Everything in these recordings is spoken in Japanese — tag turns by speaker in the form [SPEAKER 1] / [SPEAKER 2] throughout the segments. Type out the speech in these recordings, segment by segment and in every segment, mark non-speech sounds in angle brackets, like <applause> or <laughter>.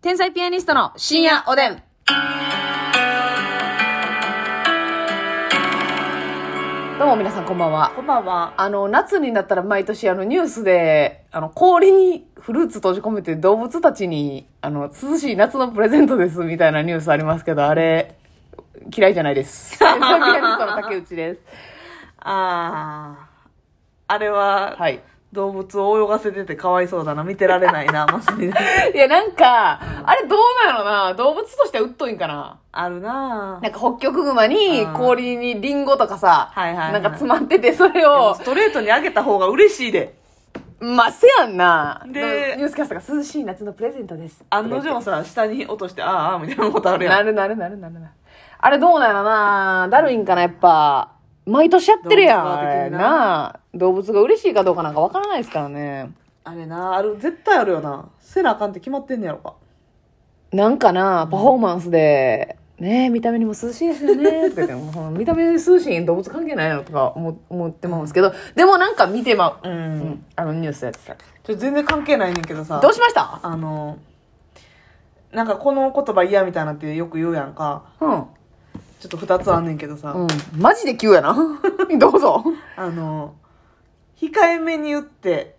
[SPEAKER 1] 天才ピアニストの深夜おでん。どうも皆さんこんばんは。
[SPEAKER 2] こんばんは。
[SPEAKER 1] あの、夏になったら毎年あのニュースで、あの、氷にフルーツ閉じ込めて動物たちに、あの、涼しい夏のプレゼントですみたいなニュースありますけど、あれ、嫌いじゃないです。天才ピアニストの竹内です。
[SPEAKER 2] あー。あれは、
[SPEAKER 1] はい。
[SPEAKER 2] 動物を泳がせててかわいそうだな。見てられない
[SPEAKER 1] <laughs>
[SPEAKER 2] な、マスミで。
[SPEAKER 1] いや、なんか、あれどうなのな動物としてはうっといんかな
[SPEAKER 2] あるな
[SPEAKER 1] なんか北極熊に
[SPEAKER 2] うん
[SPEAKER 1] 氷にリンゴとかさ、
[SPEAKER 2] はいはいは
[SPEAKER 1] な
[SPEAKER 2] い
[SPEAKER 1] んか詰まってて、それ
[SPEAKER 2] ぁ
[SPEAKER 1] を
[SPEAKER 2] ス、トレートにあげた方が嬉しいで。
[SPEAKER 1] まあ、せやんな。
[SPEAKER 2] で
[SPEAKER 1] ニュースキャスターが涼しい夏のプレゼントです。
[SPEAKER 2] 案の定さ、下に落として、あーあーみたいなことある
[SPEAKER 1] な
[SPEAKER 2] やん。
[SPEAKER 1] るなるなるなるなる。あれどうなのなダルウィンかなやっぱ。毎年やってるやん。
[SPEAKER 2] 動
[SPEAKER 1] あれ
[SPEAKER 2] 物が的にな
[SPEAKER 1] な動物が嬉しいかどうかなんかわからないですからね。
[SPEAKER 2] あれなある、絶対あるよな。せなあかんって決まってんねやろか。
[SPEAKER 1] なんかなパフォーマンスで、ね見た目にも涼しいですよね。とか言って <laughs> もほんま見た目に涼しい動物関係ないのとか思思ってまうんですけど、でもなんか見てまう。
[SPEAKER 2] う。
[SPEAKER 1] うんん。あのニュースやってた。
[SPEAKER 2] ちょ、全然関係ないねんけどさ
[SPEAKER 1] ど。うしました
[SPEAKER 2] あの、なんかこの言葉嫌みたいなってよく言うやんか。
[SPEAKER 1] うん。
[SPEAKER 2] ちょっと二つあんねんけどさ。
[SPEAKER 1] うん。マジで急やな。 <laughs> どうぞ。
[SPEAKER 2] あの、控えめに言って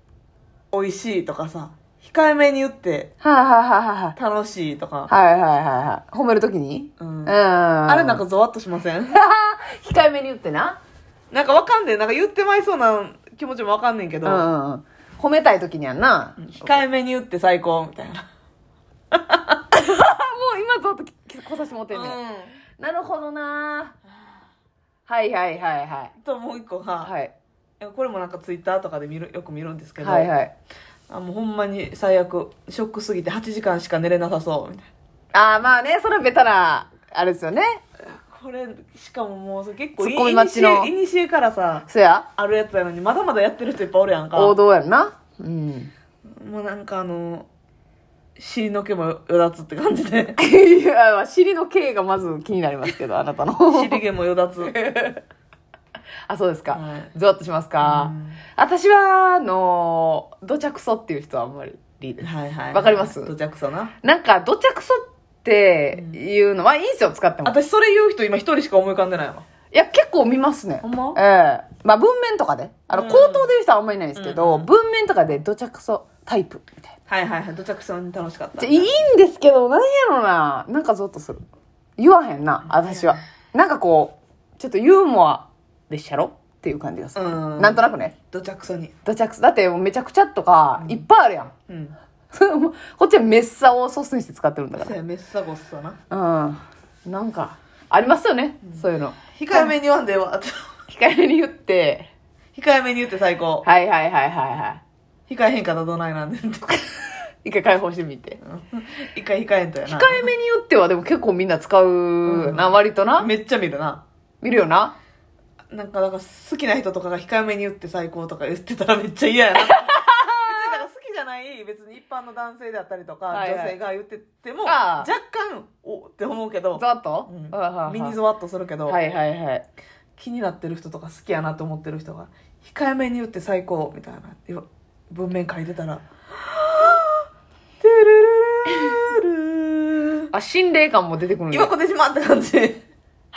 [SPEAKER 2] 美味しいとかさ、控えめに言って
[SPEAKER 1] はいはいはい
[SPEAKER 2] 楽しいとか、
[SPEAKER 1] はい。はいはいはいはい。褒めるときに
[SPEAKER 2] う
[SPEAKER 1] うんん。。
[SPEAKER 2] あ
[SPEAKER 1] あ
[SPEAKER 2] れなんかゾワッとしま
[SPEAKER 1] <laughs>
[SPEAKER 2] せん
[SPEAKER 1] 控えめに言ってな。
[SPEAKER 2] なんかわかんねえ。なんか言ってまいそうな気持ちもわかんねんけ
[SPEAKER 1] う
[SPEAKER 2] ど、
[SPEAKER 1] んうんうん。褒めたい時にやんな。あ、もう
[SPEAKER 2] 控えめに言って最高みたいな。
[SPEAKER 1] 今ぞっと来させてもってんねん。なるほどなはいはいはいはい。
[SPEAKER 2] ともう一個が、
[SPEAKER 1] はい。
[SPEAKER 2] これもなんかツイッターとかで見るよく見るんですけど、
[SPEAKER 1] はいはい。
[SPEAKER 2] あもうほんまに最悪、ショックすぎて8時間しか寝れなさそうみたい
[SPEAKER 1] ああまあね、それはベタな、あれですよね。
[SPEAKER 2] な。これ、しかももうそれ結構
[SPEAKER 1] ツッコミ待ちの
[SPEAKER 2] いにしえからさ、
[SPEAKER 1] そや、
[SPEAKER 2] あるやつやのにまだまだやってる人いっぱいおるやんか。
[SPEAKER 1] 王道やんな。うん。。
[SPEAKER 2] もうなんかあの、尻の毛もよだつって感じで
[SPEAKER 1] <laughs> いや、まあ尻の毛がまず気になりますけど、あなたの。
[SPEAKER 2] 尻毛もよだつ。
[SPEAKER 1] <laughs> あ、そうですか。
[SPEAKER 2] はい
[SPEAKER 1] ゾワッとしますか
[SPEAKER 2] うん。
[SPEAKER 1] 私は、あの、土着そっていう人はあんまりです。
[SPEAKER 2] はいはい。
[SPEAKER 1] わかります
[SPEAKER 2] 土着さな。
[SPEAKER 1] なんか、土着そっていうのは、いいんすよ、使っても。
[SPEAKER 2] 私それ言う人今一人しか思い浮かんでないわ。
[SPEAKER 1] いや、結構見ますね。
[SPEAKER 2] ほんま
[SPEAKER 1] ええまあ、文面とかで。あの、
[SPEAKER 2] うん
[SPEAKER 1] 口頭で言う人はあんまりいないんですけど、文面とかで、どちゃくそタイプみたいな。
[SPEAKER 2] はいはいはい。土着さん楽しかった。
[SPEAKER 1] じゃ、いいんですけど、なんやろな。なんかゾッとする。言わへんな、私は。なんかこう、ちょっとユーモアでっしゃろっていう感じがする。
[SPEAKER 2] うん
[SPEAKER 1] なんとなくね。
[SPEAKER 2] 土着さに。
[SPEAKER 1] どちゃくそ。だって、もうめちゃくちゃとか、いっぱいあるやん。
[SPEAKER 2] うん。
[SPEAKER 1] それも <laughs> こっちはメッサを率先して使ってるんだか
[SPEAKER 2] そうや、メッサゴスさな。
[SPEAKER 1] ら。うん。なんか、ありますよね。そういうの。
[SPEAKER 2] 控えめに言わんでええわ。
[SPEAKER 1] 控えめに言って、
[SPEAKER 2] <laughs> 控えめに言って最高。
[SPEAKER 1] はいはいはいはいはい。
[SPEAKER 2] 控えへんかったらどないなんねんとか。
[SPEAKER 1] 一回解放してみて。
[SPEAKER 2] 一回控えんとやな。
[SPEAKER 1] 控えめに言ってはでも結構みんな使うな、割とな。
[SPEAKER 2] めっちゃ見るな。
[SPEAKER 1] 見るよな。
[SPEAKER 2] なんか、なんか好きな人とかが控えめに言って最高とか言ってたらめっちゃ嫌やな。別になんか好きじゃない、別に一般の男性であったりとか、
[SPEAKER 1] はいはい
[SPEAKER 2] 女性が言ってても、
[SPEAKER 1] ああ
[SPEAKER 2] 若干、おって思うけど、
[SPEAKER 1] ざっと
[SPEAKER 2] うん
[SPEAKER 1] うん
[SPEAKER 2] ミニゾワッとするけど、
[SPEAKER 1] はいはいはい。
[SPEAKER 2] 気になってる人とか好きやなって思ってる人が、控えめに言って最高みたいなよ文面書いてたら、てるるるる
[SPEAKER 1] あ、心霊感も出てくるんで
[SPEAKER 2] 岩。小手島って感じ。
[SPEAKER 1] は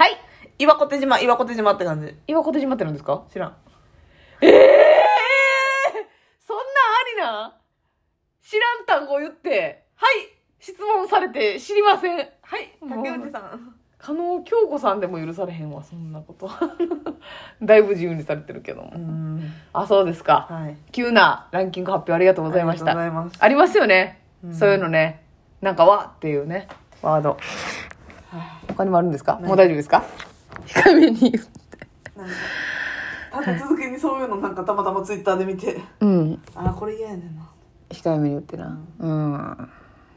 [SPEAKER 1] い。
[SPEAKER 2] 岩小手島、岩小手島って感じ。
[SPEAKER 1] 今小手島ってなんですか
[SPEAKER 2] 知らん。
[SPEAKER 1] そんなんありな知らん単語言って、はい質問されて知りません。
[SPEAKER 2] はい、
[SPEAKER 1] もう
[SPEAKER 2] 竹内さん。
[SPEAKER 1] 加納京子さんでも許されへんわ、そんなこと。 <laughs> だいぶ自由にされてるけども。
[SPEAKER 2] うん
[SPEAKER 1] あ、そうですか。
[SPEAKER 2] はい。
[SPEAKER 1] 急なランキング発表ありがとうございまし
[SPEAKER 2] あり
[SPEAKER 1] た。
[SPEAKER 2] がとうございます。
[SPEAKER 1] ありますよね、
[SPEAKER 2] うん
[SPEAKER 1] そういうのねなんか「わ」っていうねワード他にもあるんですかもう大丈夫ですか控えめに言って
[SPEAKER 2] 立て続けにそういうのなんかたまたまツイッターで見て、
[SPEAKER 1] うん
[SPEAKER 2] ああ、これ嫌やねんな。
[SPEAKER 1] 控えめに言ってなうんまあ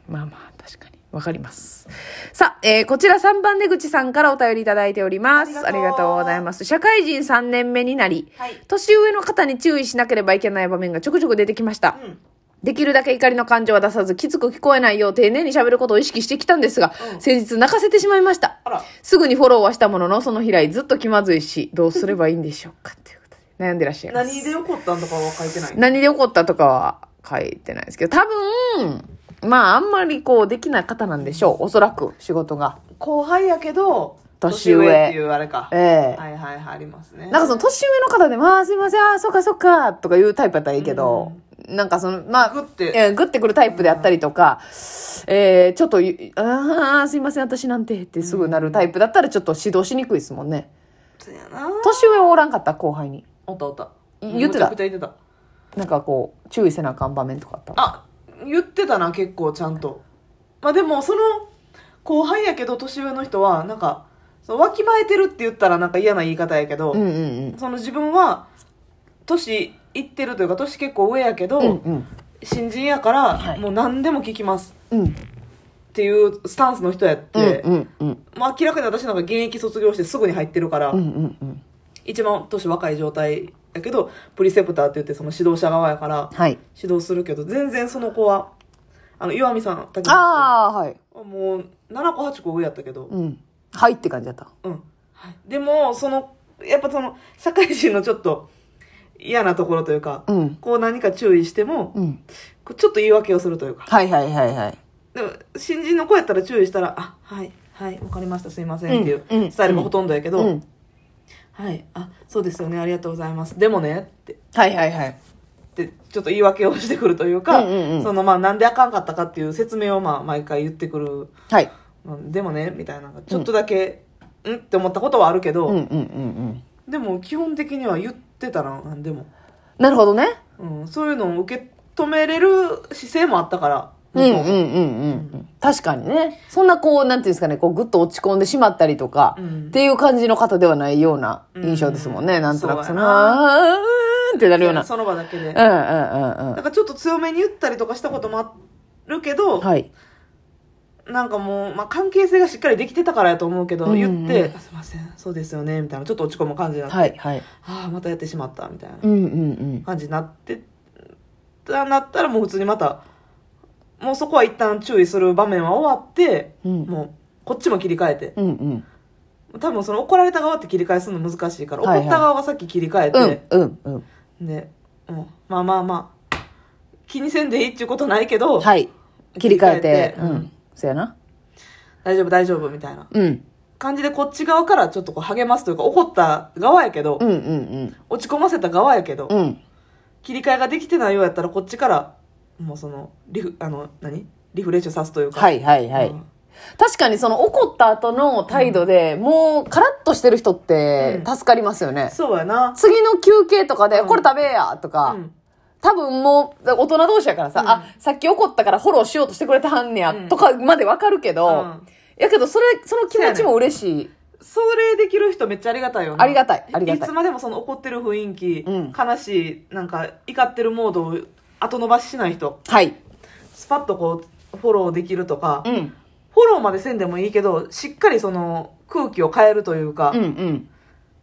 [SPEAKER 1] まあ確かにわかりますさあ、えーこちら3番出口さんからお便りいただいておりますあ
[SPEAKER 2] あ
[SPEAKER 1] り
[SPEAKER 2] り
[SPEAKER 1] が
[SPEAKER 2] がとう
[SPEAKER 1] とうございます社会人3年目になり
[SPEAKER 2] はい。
[SPEAKER 1] 年上の方に注意しなければいけない場面がちょくちょく出てきました、
[SPEAKER 2] うん。
[SPEAKER 1] できるだけ怒りの感情は出さず、きつく聞こえないよう丁寧に喋ることを意識してきたんですが、
[SPEAKER 2] うん
[SPEAKER 1] 先日泣かせてしまいました
[SPEAKER 2] あ。ら。
[SPEAKER 1] すぐにフォローはしたものの、その日以来ずっと気まずいし、どうすればいいんでしょうかっていうことで、悩んでらっしゃいます。
[SPEAKER 2] 何で怒ったんとかは書いてない。
[SPEAKER 1] 何で起こったとかは書いてないですけど、多分、まあ、あんまりこう、できない方なんでしょう。おそらく、仕事が。
[SPEAKER 2] 後輩やけど
[SPEAKER 1] 年上
[SPEAKER 2] っていうあれか、
[SPEAKER 1] ええ
[SPEAKER 2] はいはいはいありますね
[SPEAKER 1] なんかその、年上の方で、まあ、すいません、あー、そっかそっか、とかいうタイプやったらいいけど、なんかその、まあ、
[SPEAKER 2] グッて
[SPEAKER 1] ええグッてくるタイプであったりとか、えーちょっとゆ、あー、すいません、私なんて、ってすぐなるタイプだったら、ちょっと指導しにくいですもんね。
[SPEAKER 2] そうやな
[SPEAKER 1] 年上おらんかった、後輩に。
[SPEAKER 2] おったおった
[SPEAKER 1] 言ってた
[SPEAKER 2] むちゃくちゃ言ってた
[SPEAKER 1] なんかこう、注意せなあかん場面とかあった。
[SPEAKER 2] あ言ってたな結構ちゃんとまあでもその後輩やけど年上の人はなんかそのわきまえてるって言ったらなんか嫌な言い方やけど、
[SPEAKER 1] うんうん
[SPEAKER 2] その自分は年いってるというか年結構上やけど、
[SPEAKER 1] うん。うん
[SPEAKER 2] 新人やから、
[SPEAKER 1] はい
[SPEAKER 2] もう何でも聞きます
[SPEAKER 1] うん。うん。
[SPEAKER 2] っていうスタンスの人やって、
[SPEAKER 1] うんうんうん。
[SPEAKER 2] まあ、明らかに私なんか現役卒業してすぐに入ってるから、
[SPEAKER 1] うんうんうん。
[SPEAKER 2] 一番年若い状態やけどプリセプターって言ってその指導者側やから
[SPEAKER 1] はい。
[SPEAKER 2] 指導するけど全然その子はあの岩見さん竹内さ
[SPEAKER 1] ああ、はい。
[SPEAKER 2] んもう7個8個上やったけど
[SPEAKER 1] うん。はいって感じだった。
[SPEAKER 2] うん、でもそのやっぱその社会人のちょっと嫌なところというか、
[SPEAKER 1] うん。
[SPEAKER 2] こう何か注意しても、
[SPEAKER 1] うん。
[SPEAKER 2] こうちょっと言い訳をするというか
[SPEAKER 1] はいはいはいはい。
[SPEAKER 2] でも新人の子やったら注意したら「あはいはいわかりましたすいません」ってい
[SPEAKER 1] うんう
[SPEAKER 2] うんスタイルがほとんどやけど「
[SPEAKER 1] うん。
[SPEAKER 2] はいあそうですよねありがとうございますでもね」って
[SPEAKER 1] はいはいはい。
[SPEAKER 2] でちょっと言い訳をしてくるというか、
[SPEAKER 1] うんうんうん
[SPEAKER 2] そのまあなんであかんかったかっていう説明をまあ毎回言ってくる
[SPEAKER 1] はい。
[SPEAKER 2] うん「でもね」みたいなのがちょっとだけ「うん?」って思ったことはあるけど、
[SPEAKER 1] うんうんうんうん。
[SPEAKER 2] でも基本的には言ってたななんでも、
[SPEAKER 1] なるほどね。
[SPEAKER 2] うん、そういうのを受け止めれる姿勢もあったから
[SPEAKER 1] うんうん
[SPEAKER 2] 向こ
[SPEAKER 1] うんうん。確かにね。そんなこう、なんていうんですかね、こう、ぐっと落ち込んでしまったりとか、
[SPEAKER 2] うん
[SPEAKER 1] っていう感じの方ではないような印象ですもんね。
[SPEAKER 2] うん
[SPEAKER 1] なんとなくその、
[SPEAKER 2] そうや
[SPEAKER 1] あーうんってなるような。
[SPEAKER 2] その場だけで
[SPEAKER 1] うんうんうん
[SPEAKER 2] な
[SPEAKER 1] うん
[SPEAKER 2] かちょっと強めに言ったりとかしたこともあるけど、
[SPEAKER 1] ん。はい。
[SPEAKER 2] なんかもう、まあ、関係性がしっかりできてたからやと思うけど、
[SPEAKER 1] うんうん
[SPEAKER 2] 言って「あすいませんそうですよね」みたいなちょっと落ち込む感じになって、
[SPEAKER 1] はいはい。
[SPEAKER 2] ああまたやってしまったみたいな
[SPEAKER 1] うんうんうん。
[SPEAKER 2] 感じになってたなったらもう普通にまたもうそこは一旦注意する場面は終わって、
[SPEAKER 1] うん
[SPEAKER 2] もうこっちも切り替えて
[SPEAKER 1] うんうん。
[SPEAKER 2] 多分その怒られた側って切り替えするの難しいから、
[SPEAKER 1] はいはい
[SPEAKER 2] 怒った側がさっき切り替えて、
[SPEAKER 1] うんうんうん。
[SPEAKER 2] で、うん、まあまあまあ気にせんでいいっていうことないけど、
[SPEAKER 1] はい。切り替えて。
[SPEAKER 2] 切り替えて
[SPEAKER 1] う。
[SPEAKER 2] うん
[SPEAKER 1] そやな。
[SPEAKER 2] 大丈夫大丈夫みたいな
[SPEAKER 1] うん。
[SPEAKER 2] 感じでこっち側からちょっとこう励ますというか怒った側やけど、
[SPEAKER 1] うんうん
[SPEAKER 2] 落ち込ませた側やけど、
[SPEAKER 1] うん。うん。
[SPEAKER 2] 切り替えができてないようやったらこっちからもうそのリフあの何リフレッシュさすというか、
[SPEAKER 1] はいはいはい。
[SPEAKER 2] うん
[SPEAKER 1] 確かにその怒った後の態度で、もうカラッとしてる人って
[SPEAKER 2] う
[SPEAKER 1] 助かりますよね。
[SPEAKER 2] そうやな、
[SPEAKER 1] 次の休憩とかで、
[SPEAKER 2] うん
[SPEAKER 1] これ食べやとか、
[SPEAKER 2] うん
[SPEAKER 1] 多分もう大人同士やからさ、
[SPEAKER 2] うん
[SPEAKER 1] あ、さっき怒ったからフォローしようとしてくれたはんねや、
[SPEAKER 2] うん
[SPEAKER 1] とかまでわかるけど、
[SPEAKER 2] うん
[SPEAKER 1] やけどそれ、その気持ちも嬉しい。
[SPEAKER 2] それできる人めっちゃありがたいよね
[SPEAKER 1] ありがたいありがたい
[SPEAKER 2] いつまでもその怒ってる雰囲気、
[SPEAKER 1] うん
[SPEAKER 2] 悲しいなんか怒ってるモードを後伸ばししない人
[SPEAKER 1] はい。
[SPEAKER 2] スパッとこうフォローできるとか、
[SPEAKER 1] うん。うん
[SPEAKER 2] フォローまでせんでもいいけどしっかりその空気を変えるというか、
[SPEAKER 1] うん。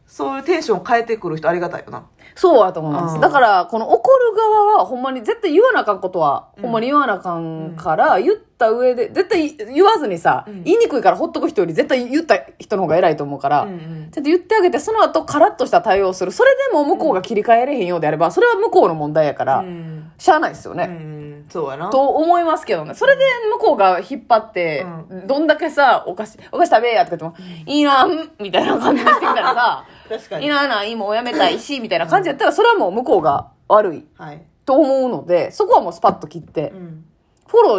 [SPEAKER 2] そういうテンションを変えてくる人ありがたいよな
[SPEAKER 1] そうやと思いま
[SPEAKER 2] う
[SPEAKER 1] す。
[SPEAKER 2] ん
[SPEAKER 1] だから、この怒る側は、ほんまに絶対言わなあかんことは、
[SPEAKER 2] うん
[SPEAKER 1] ほんまに言わなあかんから、言った上で、絶対言わずにさ、
[SPEAKER 2] うん
[SPEAKER 1] 言いにくいからほっとく人より絶対言った人の方が偉いと思うから、
[SPEAKER 2] うんうん
[SPEAKER 1] ちょっと言ってあげて、その後カラッとした対応をする。それでも向こうが切り替えれへんようであれば、それは向こうの問題やから、
[SPEAKER 2] うん
[SPEAKER 1] しゃあないですよ
[SPEAKER 2] う
[SPEAKER 1] ね。
[SPEAKER 2] んそうやな
[SPEAKER 1] と思いますけどね。それで向こうが引っ張って、どんだけさ、お菓子、お菓子食べやとか言っても、いいな、んみたいな感じにしてきたらさ、
[SPEAKER 2] 確か
[SPEAKER 1] い
[SPEAKER 2] に
[SPEAKER 1] ないいない、もうやめたいし、みたいな感じやったら、それはもう向こうが悪い
[SPEAKER 2] はい、
[SPEAKER 1] と思うので、そこはもうスパッと切って
[SPEAKER 2] う、ん
[SPEAKER 1] フォロ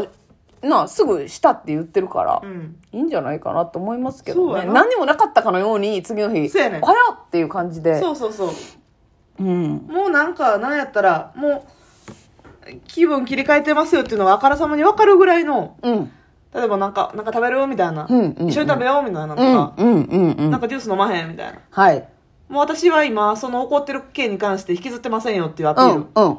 [SPEAKER 1] ー、なあ、すぐしたって言ってるから
[SPEAKER 2] う、ん、
[SPEAKER 1] いいんじゃないかなと思いますけど
[SPEAKER 2] そう
[SPEAKER 1] ね。
[SPEAKER 2] やな
[SPEAKER 1] 何にもなかったかのように、次の日、
[SPEAKER 2] そうやねん
[SPEAKER 1] おはようっていう感じで。
[SPEAKER 2] そうそうそう
[SPEAKER 1] うん。
[SPEAKER 2] もうなんかなんやったらもう気分切り替えてますよっていうのがあからさまに分かるぐらいの
[SPEAKER 1] うん。
[SPEAKER 2] 例えばなんかなんか食べるよみたいな、
[SPEAKER 1] うんうんうん
[SPEAKER 2] 一緒に食べようみたいなのと
[SPEAKER 1] う
[SPEAKER 2] か
[SPEAKER 1] ん、、うん、うん、う
[SPEAKER 2] なん
[SPEAKER 1] ん。
[SPEAKER 2] かジュース飲まへんみたいな
[SPEAKER 1] はい。
[SPEAKER 2] もう私は今その怒ってる件に関して引きずってませんよっていうアピ
[SPEAKER 1] う
[SPEAKER 2] ール
[SPEAKER 1] ん、うん。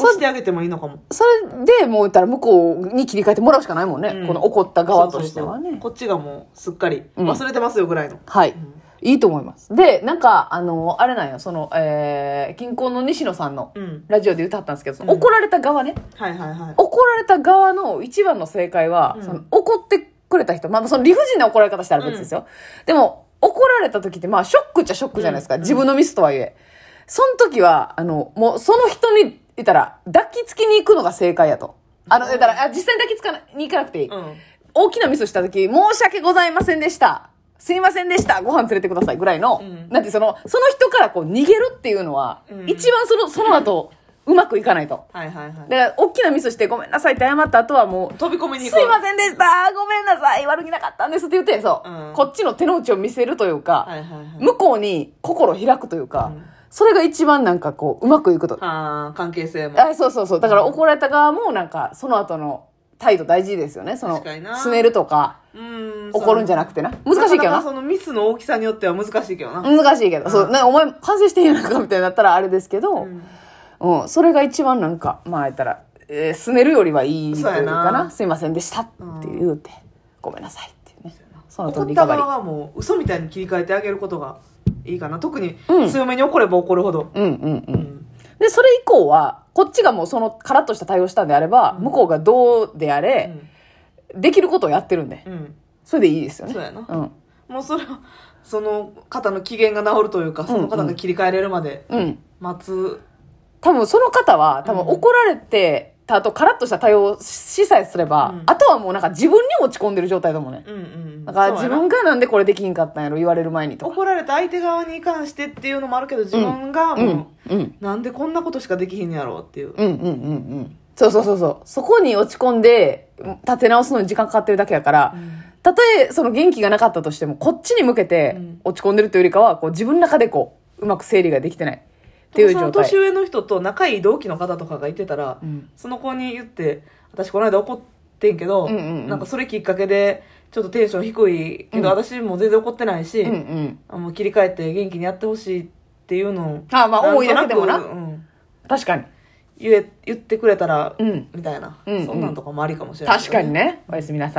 [SPEAKER 2] をしてあげてもいいのかも、
[SPEAKER 1] それでもう言ったら向こうに切り替えてもらうしかないもんね。
[SPEAKER 2] うん
[SPEAKER 1] この怒った側としては
[SPEAKER 2] そうそうそう
[SPEAKER 1] ね。
[SPEAKER 2] こっちがもうすっかり
[SPEAKER 1] うん
[SPEAKER 2] 忘れてますよぐらいの、
[SPEAKER 1] はい
[SPEAKER 2] ん。
[SPEAKER 1] いいと思います。で、なんか、あの、あれなんよ、その、えー、近郊の西野さんの
[SPEAKER 2] うん
[SPEAKER 1] ラジオで歌ったんですけど、その
[SPEAKER 2] うん
[SPEAKER 1] 怒られた側ね。
[SPEAKER 2] はいはいはい
[SPEAKER 1] 怒られた側の一番の正解は、
[SPEAKER 2] うん
[SPEAKER 1] その怒ってくれた人、まあ、その理不尽な怒られ方したら別ですよ。でも、怒られた時って、まあ、ショックっちゃショックじゃないですか。
[SPEAKER 2] うん
[SPEAKER 1] 自分のミスとはいえ。その時は、あの、もう、その人に、いたら、抱きつきに行くのが正解やと。あの、だから、あ実際に抱きつかなに行かなくていい。
[SPEAKER 2] うん
[SPEAKER 1] 大きなミスした時、申し訳ございませんでした。すいませんでした。ご飯連れてください。ぐらいの、
[SPEAKER 2] うん
[SPEAKER 1] なんてその、その人からこう逃げるっていうのは、
[SPEAKER 2] うん
[SPEAKER 1] 一番その、その後、うまくいかないと。
[SPEAKER 2] はいはいはい
[SPEAKER 1] だから、大きなミスしてごめんなさいって謝った後はもう、
[SPEAKER 2] 飛び込み
[SPEAKER 1] す
[SPEAKER 2] に
[SPEAKER 1] い
[SPEAKER 2] 行こう
[SPEAKER 1] ませんでした。ごめんなさい。悪気なかったんですって言って、そう、
[SPEAKER 2] うん
[SPEAKER 1] こっちの手の内を見せるというか、
[SPEAKER 2] はいはいはい
[SPEAKER 1] 向こうに心開くというか、
[SPEAKER 2] うん
[SPEAKER 1] それが一番なんかこう、うまくいくと。
[SPEAKER 2] あー関係性も
[SPEAKER 1] あそうそうそう。だから怒られた側もなんか、その後の態度大事ですよね。その
[SPEAKER 2] 確かに、な
[SPEAKER 1] すねるとか、
[SPEAKER 2] うん
[SPEAKER 1] 怒るんじゃなくてな。難しいけど
[SPEAKER 2] なかなか
[SPEAKER 1] な。
[SPEAKER 2] そのミスの大きさによっては難しいけどな、
[SPEAKER 1] 難しいけど、そう、ね、お前、完成してへんやんかみたいになったらあれですけど、
[SPEAKER 2] うん
[SPEAKER 1] うん、それが一番なんか、まあ言ったら、えーすねるよりはいいというか
[SPEAKER 2] そうや
[SPEAKER 1] な、
[SPEAKER 2] な
[SPEAKER 1] すいませんでしたって言うて、ごめんなさいっていうね。その後
[SPEAKER 2] 怒
[SPEAKER 1] の
[SPEAKER 2] っ
[SPEAKER 1] リ
[SPEAKER 2] た
[SPEAKER 1] カバリ
[SPEAKER 2] 側
[SPEAKER 1] ー。
[SPEAKER 2] はもう嘘みたいに切り替えてあげることがいいかな特に
[SPEAKER 1] うん
[SPEAKER 2] 強めに怒れば怒るほど、
[SPEAKER 1] うんうんう。
[SPEAKER 2] うんん
[SPEAKER 1] で、それ以降は、こっちがもうそのカラッとした対応したんであれば、
[SPEAKER 2] うん
[SPEAKER 1] 向こうがどうであれ、できることをやってるんで、
[SPEAKER 2] うん
[SPEAKER 1] それでいいですよね。
[SPEAKER 2] そうやな
[SPEAKER 1] うん。
[SPEAKER 2] もうそれはその方の機嫌が治るというかその方が切り替えれるまで
[SPEAKER 1] うん。
[SPEAKER 2] 待つ
[SPEAKER 1] 多分その方は、多分
[SPEAKER 2] うん
[SPEAKER 1] 怒られてた後、カラッとした対応をしさえすれば、
[SPEAKER 2] うん
[SPEAKER 1] あとはもうなんか自分に落ち込んでる状態だもんね。
[SPEAKER 2] うんうん
[SPEAKER 1] だから
[SPEAKER 2] そう
[SPEAKER 1] 自
[SPEAKER 2] やな
[SPEAKER 1] 分がなんでこれできんかったんやろ、言われる前にとか。
[SPEAKER 2] 怒られた相手側に関してっていうのもあるけど自分が
[SPEAKER 1] う
[SPEAKER 2] もう、
[SPEAKER 1] ん。うん。
[SPEAKER 2] なんでこんなことしかできひんやろうってい
[SPEAKER 1] う
[SPEAKER 2] う、
[SPEAKER 1] んうんうんうん。そうそうそうそう。そこに落ち込んで、立て直すのに時間かかってるだけやから、たとえその元気がなかったとしても、こっちに向けて
[SPEAKER 2] うん
[SPEAKER 1] 落ち込んでるというよりかは、こう自分の中でこう、うまく整理ができてないっていう
[SPEAKER 2] その
[SPEAKER 1] 状
[SPEAKER 2] 年
[SPEAKER 1] 態。
[SPEAKER 2] 上の人と仲いい同期の方とかがいてたら、
[SPEAKER 1] うん
[SPEAKER 2] その子に言って私この間怒ってんけど、
[SPEAKER 1] うんうんうん
[SPEAKER 2] なんかそれきっかけでちょっとテンション低いけど、
[SPEAKER 1] うん
[SPEAKER 2] 私も全然怒ってないし、
[SPEAKER 1] うんうん。
[SPEAKER 2] あもう切り替えて元気にやってほしいっていうのを
[SPEAKER 1] あまあ、多いだけでも
[SPEAKER 2] んと
[SPEAKER 1] な。
[SPEAKER 2] くうん
[SPEAKER 1] 確かに。
[SPEAKER 2] 言え言ってくれたら、
[SPEAKER 1] うん
[SPEAKER 2] みたいな、
[SPEAKER 1] うんうん
[SPEAKER 2] そんなんとかもありかもしれない、
[SPEAKER 1] 確かにね。おやすみなさい。